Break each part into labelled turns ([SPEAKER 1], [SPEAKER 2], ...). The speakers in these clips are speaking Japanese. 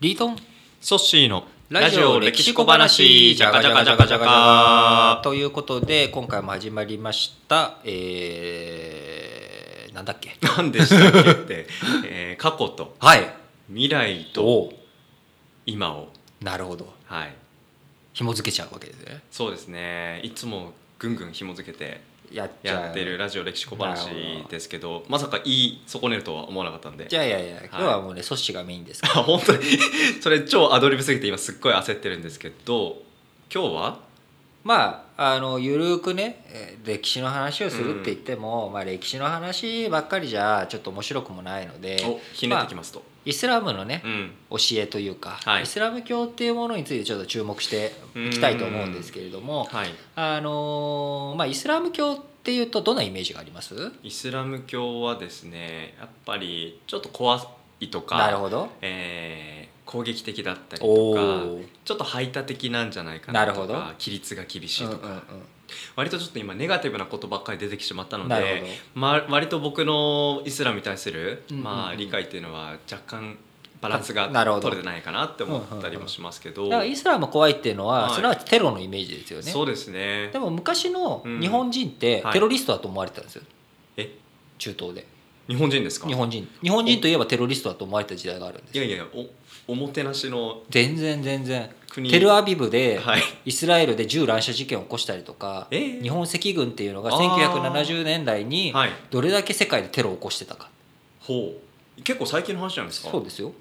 [SPEAKER 1] リートン
[SPEAKER 2] ソッシーの
[SPEAKER 1] ラ
[SPEAKER 2] ラ
[SPEAKER 1] ジ
[SPEAKER 2] ジ
[SPEAKER 1] オ
[SPEAKER 2] オ
[SPEAKER 1] 歴
[SPEAKER 2] 歴
[SPEAKER 1] 史
[SPEAKER 2] 史
[SPEAKER 1] 小
[SPEAKER 2] 小
[SPEAKER 1] 話
[SPEAKER 2] 話
[SPEAKER 1] じ
[SPEAKER 2] じ
[SPEAKER 1] ゃ
[SPEAKER 2] ゃ
[SPEAKER 1] かじ
[SPEAKER 2] かじ
[SPEAKER 1] ゃか
[SPEAKER 2] ゃか
[SPEAKER 1] じ
[SPEAKER 2] じ
[SPEAKER 1] ゃ
[SPEAKER 2] ゃ
[SPEAKER 1] かじゃ
[SPEAKER 2] かじゃ
[SPEAKER 1] か
[SPEAKER 2] か
[SPEAKER 1] ということで今回も始まりましたえー、なんだっ け
[SPEAKER 2] 何でしたっけ って、えー過去と
[SPEAKER 1] はい
[SPEAKER 2] 未来と
[SPEAKER 1] ど
[SPEAKER 2] 今を
[SPEAKER 1] うなるほど
[SPEAKER 2] はい
[SPEAKER 1] 紐付けちゃうわけですね
[SPEAKER 2] そうですねいつもぐんぐん紐付けて
[SPEAKER 1] やっちゃう
[SPEAKER 2] やってるラジオ歴史小
[SPEAKER 1] な
[SPEAKER 2] 話
[SPEAKER 1] るほど
[SPEAKER 2] ですけどまさか言い損ねるとは思わなかったんで
[SPEAKER 1] じゃあいやいや今日はもうねソッシーがメインですか
[SPEAKER 2] あ 本当にそれ超アドリブすぎて今すっごい焦ってるんですけど今日は
[SPEAKER 1] まああのゆるくねえー歴史の話をするって言っても、まあ、歴史の話ばっかりじゃちょっと面白くもないので
[SPEAKER 2] おひねってきますと、
[SPEAKER 1] イスラムのね、
[SPEAKER 2] うん
[SPEAKER 1] 教えというか、
[SPEAKER 2] はい
[SPEAKER 1] イスラム教っていうものについてちょっと注目していきたいと思うんですけれども
[SPEAKER 2] はい
[SPEAKER 1] あのーまあ、イスラム教っていうとどんなイメージがあります
[SPEAKER 2] イスラム教はですねやっぱりちょっと怖いとか
[SPEAKER 1] なるほど
[SPEAKER 2] えー攻撃的だったり
[SPEAKER 1] お
[SPEAKER 2] と
[SPEAKER 1] お
[SPEAKER 2] か
[SPEAKER 1] ー
[SPEAKER 2] ちょっと排他的なんじゃないかなとか
[SPEAKER 1] なるほど
[SPEAKER 2] 規律が厳しい
[SPEAKER 1] うん
[SPEAKER 2] と
[SPEAKER 1] う
[SPEAKER 2] か、
[SPEAKER 1] ん
[SPEAKER 2] 割とちょっと今ネガティブなことばっかり出てきてしまった
[SPEAKER 1] う
[SPEAKER 2] の
[SPEAKER 1] ん、
[SPEAKER 2] で
[SPEAKER 1] なるほど
[SPEAKER 2] ま、割と僕のイスラムに対する、
[SPEAKER 1] うんうんうん
[SPEAKER 2] まあ、理解っていうのは若干バランスが
[SPEAKER 1] なるほど
[SPEAKER 2] 取れてないかなって思ったりもしますけど、
[SPEAKER 1] だからイスラム怖いっていうのは、
[SPEAKER 2] はい
[SPEAKER 1] すなわちテロのイメージですよね
[SPEAKER 2] そうですね
[SPEAKER 1] でも昔の
[SPEAKER 2] うん
[SPEAKER 1] 日本人って
[SPEAKER 2] はい
[SPEAKER 1] テロリストだと思われてたんですよ、
[SPEAKER 2] え
[SPEAKER 1] 中東で
[SPEAKER 2] 日本人ですか
[SPEAKER 1] 日本人日本人といえばテロリストだと思われてた時代があるんです
[SPEAKER 2] い
[SPEAKER 1] よ
[SPEAKER 2] やいやおおもてなしの
[SPEAKER 1] 全然全然
[SPEAKER 2] 国
[SPEAKER 1] テルアビブで
[SPEAKER 2] はい
[SPEAKER 1] イスラエルで銃乱射事件を起こしたりとか
[SPEAKER 2] えー
[SPEAKER 1] 日本赤軍っていうのが
[SPEAKER 2] あー
[SPEAKER 1] 1970年代に
[SPEAKER 2] はい
[SPEAKER 1] どれだけ世界でテロを起こしてたか
[SPEAKER 2] ほう結構最近の話じゃないですか
[SPEAKER 1] そうですよ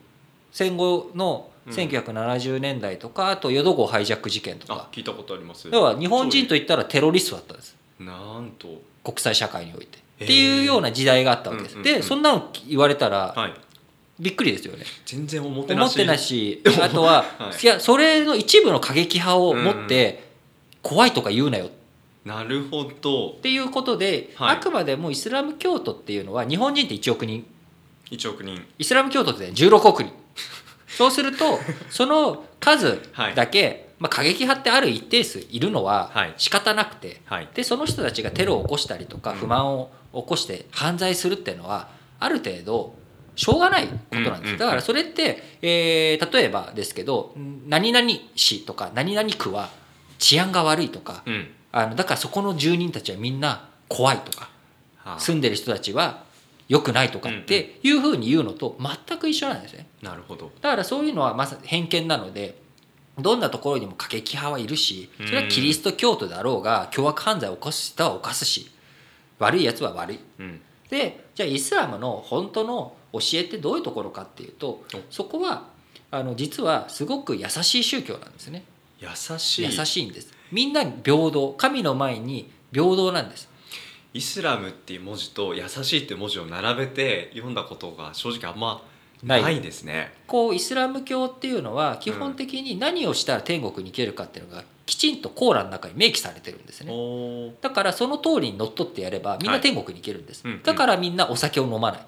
[SPEAKER 1] 戦後の
[SPEAKER 2] うん
[SPEAKER 1] 1970年代とかあと淀号ハイジャック事件と
[SPEAKER 2] あ
[SPEAKER 1] か
[SPEAKER 2] 聞いたことあります
[SPEAKER 1] 要は日本人といったらテロリストだったんです
[SPEAKER 2] なんと
[SPEAKER 1] 国際社会において
[SPEAKER 2] へー
[SPEAKER 1] っていうような時代があったわけで
[SPEAKER 2] うん
[SPEAKER 1] す
[SPEAKER 2] うんうん
[SPEAKER 1] でそんなの言われたら
[SPEAKER 2] はい
[SPEAKER 1] びっくりですよね
[SPEAKER 2] 全然おもて
[SPEAKER 1] 思
[SPEAKER 2] な
[SPEAKER 1] っ
[SPEAKER 2] して
[SPEAKER 1] ないしあとは
[SPEAKER 2] はい
[SPEAKER 1] いやそれの一部の過激派を持って怖いとか言うなよ
[SPEAKER 2] なるほど
[SPEAKER 1] っていうことで、
[SPEAKER 2] は
[SPEAKER 1] あ
[SPEAKER 2] い
[SPEAKER 1] くまでもイスラム教徒っていうのは日本人って1億人
[SPEAKER 2] 1億人
[SPEAKER 1] イスラム教徒って16億 人そうするとその数だけ、まあ、過激派ってある一定数いるのは
[SPEAKER 2] はい
[SPEAKER 1] 仕方なくて、
[SPEAKER 2] はい
[SPEAKER 1] でその人たちがテロを起こしたりとか
[SPEAKER 2] うん
[SPEAKER 1] 不満を起こして犯罪するっていうのはある程度しょうがないことなん
[SPEAKER 2] う
[SPEAKER 1] で
[SPEAKER 2] んうんう
[SPEAKER 1] す
[SPEAKER 2] ん
[SPEAKER 1] だからそれって、えー例えばですけどん何々市とか何々区は治安が悪いとか
[SPEAKER 2] うん
[SPEAKER 1] あのだからそこの住人たちはみんな怖いとか
[SPEAKER 2] はあ
[SPEAKER 1] 住んでる人たちは良くないとかっていうふうに言うのと全く一緒なんですね
[SPEAKER 2] なるほど
[SPEAKER 1] だからそういうのはまさ偏見なのでどんなところにも過激派はいるしそれはキリスト教徒だろうが凶悪犯罪を起こす人は犯すし悪いやつは悪い
[SPEAKER 2] うん
[SPEAKER 1] でじゃあイスラムの本当の教えってどういうところかっていうとそこはあの実はすごく優しい宗教なんですね
[SPEAKER 2] 優しい
[SPEAKER 1] 優しいんですみんな平等神の前に平等なんです
[SPEAKER 2] イスラムっていう文字と優しいって文字を並べて読んだことが正直あんま
[SPEAKER 1] ない
[SPEAKER 2] ないですね
[SPEAKER 1] こうイスラム教っていうのは基本的に何をしたら天国に行けるかっていうのがきちんとコーランの中に明記されてるんですね
[SPEAKER 2] おー
[SPEAKER 1] だからその通りにのっとってやればみんな天国に行けるんです、
[SPEAKER 2] はいうんうん
[SPEAKER 1] だからみんなお酒を飲まない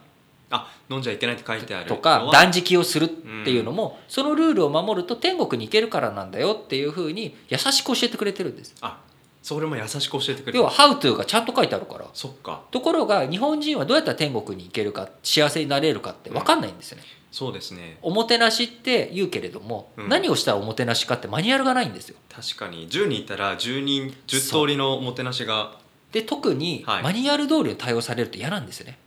[SPEAKER 2] あ飲んじゃいけないって書いてある
[SPEAKER 1] とか
[SPEAKER 2] のは
[SPEAKER 1] 断食をするっていうのもそのルールを守ると天国に行けるからなんだよっていうふうに優しく教えてくれてるんです
[SPEAKER 2] あそれも優しく教えてくれ
[SPEAKER 1] 要
[SPEAKER 2] る
[SPEAKER 1] は「How to」がちゃんと書いてあるから
[SPEAKER 2] そっか
[SPEAKER 1] ところが日本人はどうやったら天国に行けるか幸せになれるかって分かんないんですよね、
[SPEAKER 2] そうですね
[SPEAKER 1] おもてなしって言うけれども、
[SPEAKER 2] うん
[SPEAKER 1] 何をしたらおもてなしかってマニュアルがないんですよ
[SPEAKER 2] 確かに10人いたら10人10通りのおもてなしが
[SPEAKER 1] で特に
[SPEAKER 2] はい
[SPEAKER 1] マニュアル通りの対応されると嫌なんですね、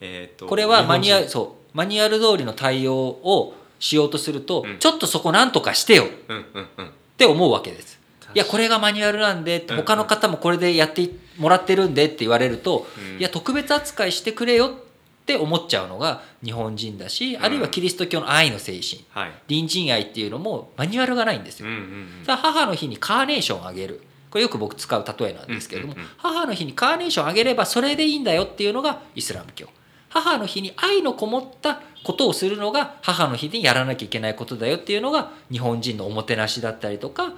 [SPEAKER 2] えーと
[SPEAKER 1] これはマニュアル
[SPEAKER 2] 日
[SPEAKER 1] そうマニュアル通りの対応をしようとすると、
[SPEAKER 2] うん
[SPEAKER 1] ちょっとそこなんとかしてよっ
[SPEAKER 2] 本人うんうんうん
[SPEAKER 1] て思うわけですいや
[SPEAKER 2] 確
[SPEAKER 1] これがマニュアルなんで
[SPEAKER 2] うん
[SPEAKER 1] 他の方もこれでやってもらってるんでって言われると、
[SPEAKER 2] うん
[SPEAKER 1] いや特別扱いしてくれよって思っちゃうのが日本人だし、
[SPEAKER 2] ん
[SPEAKER 1] あるいはキリスト教の愛の精神
[SPEAKER 2] はい
[SPEAKER 1] 隣人愛っていうのもマニュアルがないんです
[SPEAKER 2] う
[SPEAKER 1] よ
[SPEAKER 2] んうんうん
[SPEAKER 1] さあ母の日にカーネーションをあげるこれよく僕使う例えなんですけれども、
[SPEAKER 2] うんうんうん
[SPEAKER 1] 母の日にカーネーションをあげればそれでいいんだよっていうのがイスラム教母の日に愛のこもったことをするのが母の日にやらなきゃいけないことだよっていうのが日本人のおもてなしだったりとか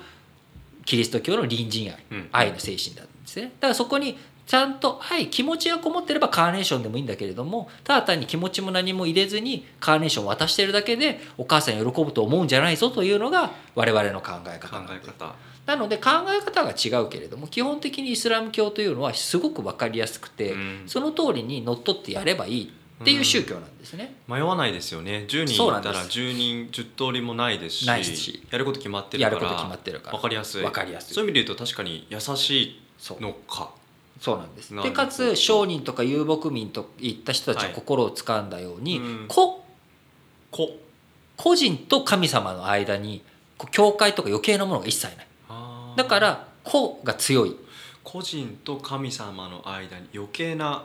[SPEAKER 1] キリスト教の隣人愛、
[SPEAKER 2] うん
[SPEAKER 1] 愛の精神なんですねだからそこにちゃんと愛気持ちがこもってればカーネーションでもいいんだけれどもただ単に気持ちも何も入れずにカーネーションを渡してるだけでお母さん喜ぶと思うんじゃないぞというのが我々の考え
[SPEAKER 2] 考
[SPEAKER 1] 方なんで
[SPEAKER 2] え方
[SPEAKER 1] なので考え方が違うけれども基本的にイスラム教というのはすごく分かりやすくて、
[SPEAKER 2] うん
[SPEAKER 1] その通りにのっとってやればいいっていう宗教なんですね。
[SPEAKER 2] 迷わないですよね10人
[SPEAKER 1] そう
[SPEAKER 2] い
[SPEAKER 1] なん
[SPEAKER 2] た
[SPEAKER 1] です
[SPEAKER 2] ら10人10通りもないですし
[SPEAKER 1] ないし
[SPEAKER 2] やること決まってる
[SPEAKER 1] や
[SPEAKER 2] から
[SPEAKER 1] ること決まってるから
[SPEAKER 2] 分かりやすい
[SPEAKER 1] わかりやすい
[SPEAKER 2] そういう意味で言うと確かに優し
[SPEAKER 1] そう
[SPEAKER 2] いのか
[SPEAKER 1] そうなんです
[SPEAKER 2] な
[SPEAKER 1] で
[SPEAKER 2] るほ
[SPEAKER 1] か
[SPEAKER 2] ど
[SPEAKER 1] つ商人とか遊牧民といった人たちの
[SPEAKER 2] はい
[SPEAKER 1] 心を掴んだように、
[SPEAKER 2] うん
[SPEAKER 1] こ
[SPEAKER 2] こ
[SPEAKER 1] 個人と神様の間にこう教会とか余計なものが一切ない
[SPEAKER 2] あー
[SPEAKER 1] だから「個」が強い
[SPEAKER 2] 個人と神様の間に余計な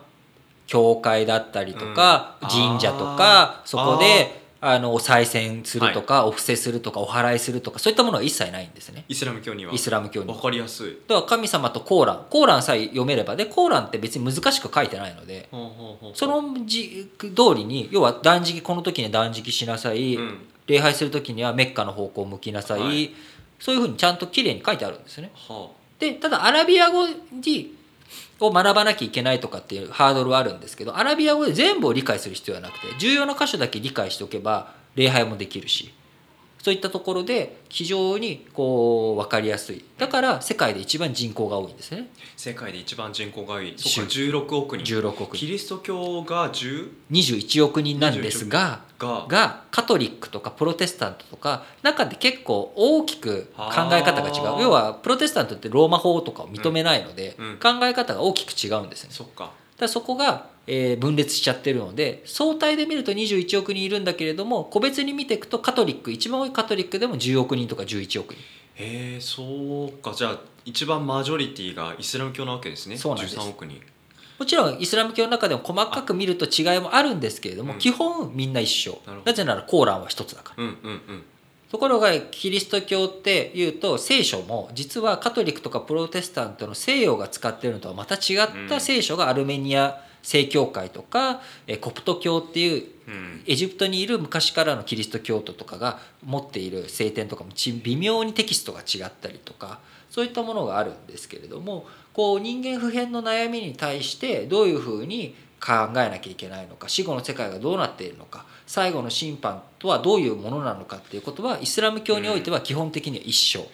[SPEAKER 1] 教会だったりとか、
[SPEAKER 2] うん
[SPEAKER 1] 神社とかそこであのお賽銭するとか、お布施するとかお祓いするとかそういったものは一切ないんですね
[SPEAKER 2] イスラム教には
[SPEAKER 1] イスラム教に
[SPEAKER 2] 分かりやすい
[SPEAKER 1] では神様とコーランコーランさえ読めればでコーランって別に難しく書いてないので
[SPEAKER 2] ほうほうほう
[SPEAKER 1] そのじ通りに要は断食この時には断食しなさい、
[SPEAKER 2] うん
[SPEAKER 1] 礼拝する時にはメッカの方向を向きなさい、
[SPEAKER 2] はい
[SPEAKER 1] そういうふうにちゃんときれいに書いてあるんですね。
[SPEAKER 2] は
[SPEAKER 1] でただアラビア語にを学ばなきゃいけないとかっていうハードルはあるんですけどアラビア語で全部を理解する必要はなくて重要な箇所だけ理解しておけば礼拝もできるしそういったところで非常にこう分かりやすいだから世界で一番人口が多いんですね
[SPEAKER 2] あ世界で一番人口が多い
[SPEAKER 1] 宗
[SPEAKER 2] そっか16億人
[SPEAKER 1] 16億
[SPEAKER 2] キ
[SPEAKER 1] 人
[SPEAKER 2] リスト教が10
[SPEAKER 1] 21億人なんですが
[SPEAKER 2] が
[SPEAKER 1] がカトリックとかプロテスタントとか中で結構大きく考え方が違
[SPEAKER 2] あ
[SPEAKER 1] う
[SPEAKER 2] ー
[SPEAKER 1] 要はプロテスタントってローマ法とかを認めないので、
[SPEAKER 2] うんうん
[SPEAKER 1] 考え方が大きく違うんですね。
[SPEAKER 2] そっか
[SPEAKER 1] だからそこが、えー分裂しちゃってるので総体で見ると21億人いるんだけれども個別に見ていくとカトリック一番多いカトリックでも10億人とか11億人
[SPEAKER 2] へえそうかじゃあ一番マジョリティがイスラム教なわけですね
[SPEAKER 1] そうなんです
[SPEAKER 2] 13億人
[SPEAKER 1] もちろんイスラム教の中でも細かく見ると違いもあるんですけれども、
[SPEAKER 2] うん
[SPEAKER 1] 基本みんな一緒
[SPEAKER 2] なるほど
[SPEAKER 1] なぜならコーランは一つだから
[SPEAKER 2] うんうんうん
[SPEAKER 1] ところがキリスト教っていうと聖書も実はカトリックとかプロテスタントの西洋が使ってるのとはまた違っ
[SPEAKER 2] う
[SPEAKER 1] た
[SPEAKER 2] ん
[SPEAKER 1] 聖書がアルメニア正教会とかえーコプト教っていう
[SPEAKER 2] うん
[SPEAKER 1] エジプトにいる昔からのキリスト教徒とかが持っている聖典とかもち微妙にテキストが違ったりとかそういったものがあるんですけれどもこう人間普遍の悩みに対してどういうふうに考えなきゃいけないのか死後の世界がどうなっているのか最後の審判とはどういうものなのかっていうことはイスラム教においては基本的には一緒。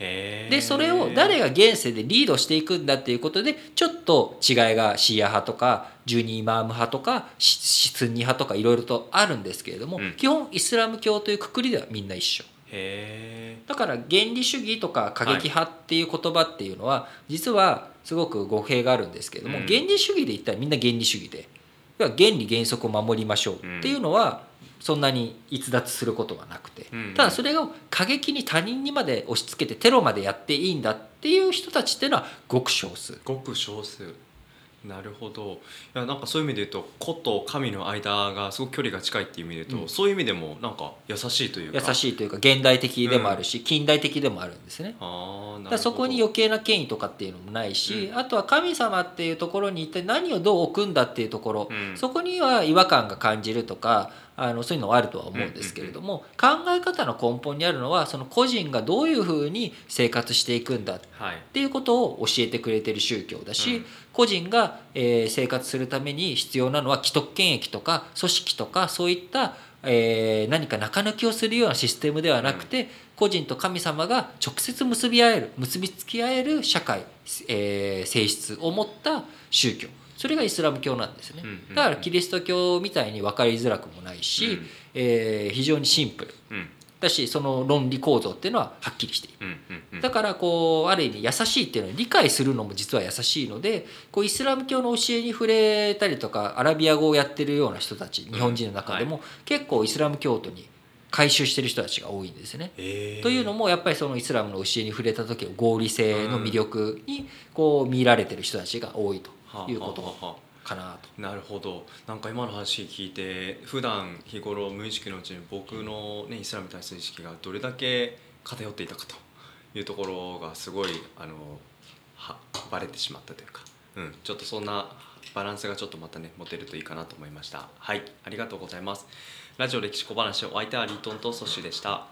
[SPEAKER 2] へえ
[SPEAKER 1] でそれを誰が現世でリードしていくんだっていうことでちょっと違いがシーア派とかジュニーマーム派とかシシスンニ派とかいろいろとあるんですけれども、
[SPEAKER 2] うん
[SPEAKER 1] 基本イスラム教というくくりではみんな一緒
[SPEAKER 2] へえ
[SPEAKER 1] だから原理主義とか過激派っていう言葉っていうのは実はすごく語弊があるんですけれども、
[SPEAKER 2] うん
[SPEAKER 1] 原理主義で言ったらみんな原理主義で要は原理原則を守りましょうっていうのはそんなに逸脱することはなくて、
[SPEAKER 2] うん
[SPEAKER 1] ただそれを過激に他人にまで押し付けてテロまでやっていいんだっていう人たちっていうのはごく少数
[SPEAKER 2] ごく少数なるほどいやなんかそういう意味で言うと子と神の間がすごく距離が近いっていう意味で言うと、
[SPEAKER 1] うん
[SPEAKER 2] そういう意味でもなんか優しいというか
[SPEAKER 1] 優
[SPEAKER 2] い
[SPEAKER 1] しいというか現代的でもあるし、近代的でもあるんですね。
[SPEAKER 2] ああなるほ
[SPEAKER 1] だか
[SPEAKER 2] ど
[SPEAKER 1] らそこに余計な権威とかっていうのもないし、あとは神様っていうところに一体何をどう置くんだっていうところ、
[SPEAKER 2] うん
[SPEAKER 1] そこには違和感が感じるとかあのそういうのはあるとは思うんですけれども、考え方の根本にあるのはその個人がどういうふうに生活していくんだっ
[SPEAKER 2] はい
[SPEAKER 1] ていうことを教えてくれてる宗教だし、
[SPEAKER 2] うん
[SPEAKER 1] 個人が、えー生活するために必要なのは既得権益とか組織とかそういった、えー何か中抜きをするようなシステムではなくて、個人と神様が直接結び合える結びつき合える社会、えー性質を持った宗教それがイスラム教なんですね、
[SPEAKER 2] うんうんうん
[SPEAKER 1] だからキリスト教みたいに分かりづらくもないし、
[SPEAKER 2] うん
[SPEAKER 1] えー非常にシンプル
[SPEAKER 2] うん
[SPEAKER 1] だしその論理構造っていうのははっきりしている。
[SPEAKER 2] うんうんうん
[SPEAKER 1] だからこうある意味優しいっていうのを理解するのも実は優しいのでこうイスラム教の教えに触れたりとかアラビア語をやってるような人たち日本人の中でも結構イスラム教徒に回収してる人たちが多いんですね。
[SPEAKER 2] えー
[SPEAKER 1] というのもやっぱりそのイスラムの教えに触れた時の合理性の魅力にこう見られてる人たちが多いと
[SPEAKER 2] はあ
[SPEAKER 1] いうこ
[SPEAKER 2] は
[SPEAKER 1] と
[SPEAKER 2] あはあ
[SPEAKER 1] かなと。
[SPEAKER 2] なるほどなんか今の話聞いて普段日頃無意識のうちに僕の、ね、イスラムに対する意識がどれだけ偏っていたかというところがすごいあのはバレてしまったというか、うん、ちょっとそんなバランスがちょっとまたね持てるといいかなと思いましたはいありがとうございますラジオ歴史小話お相手はリートンとソッシーでした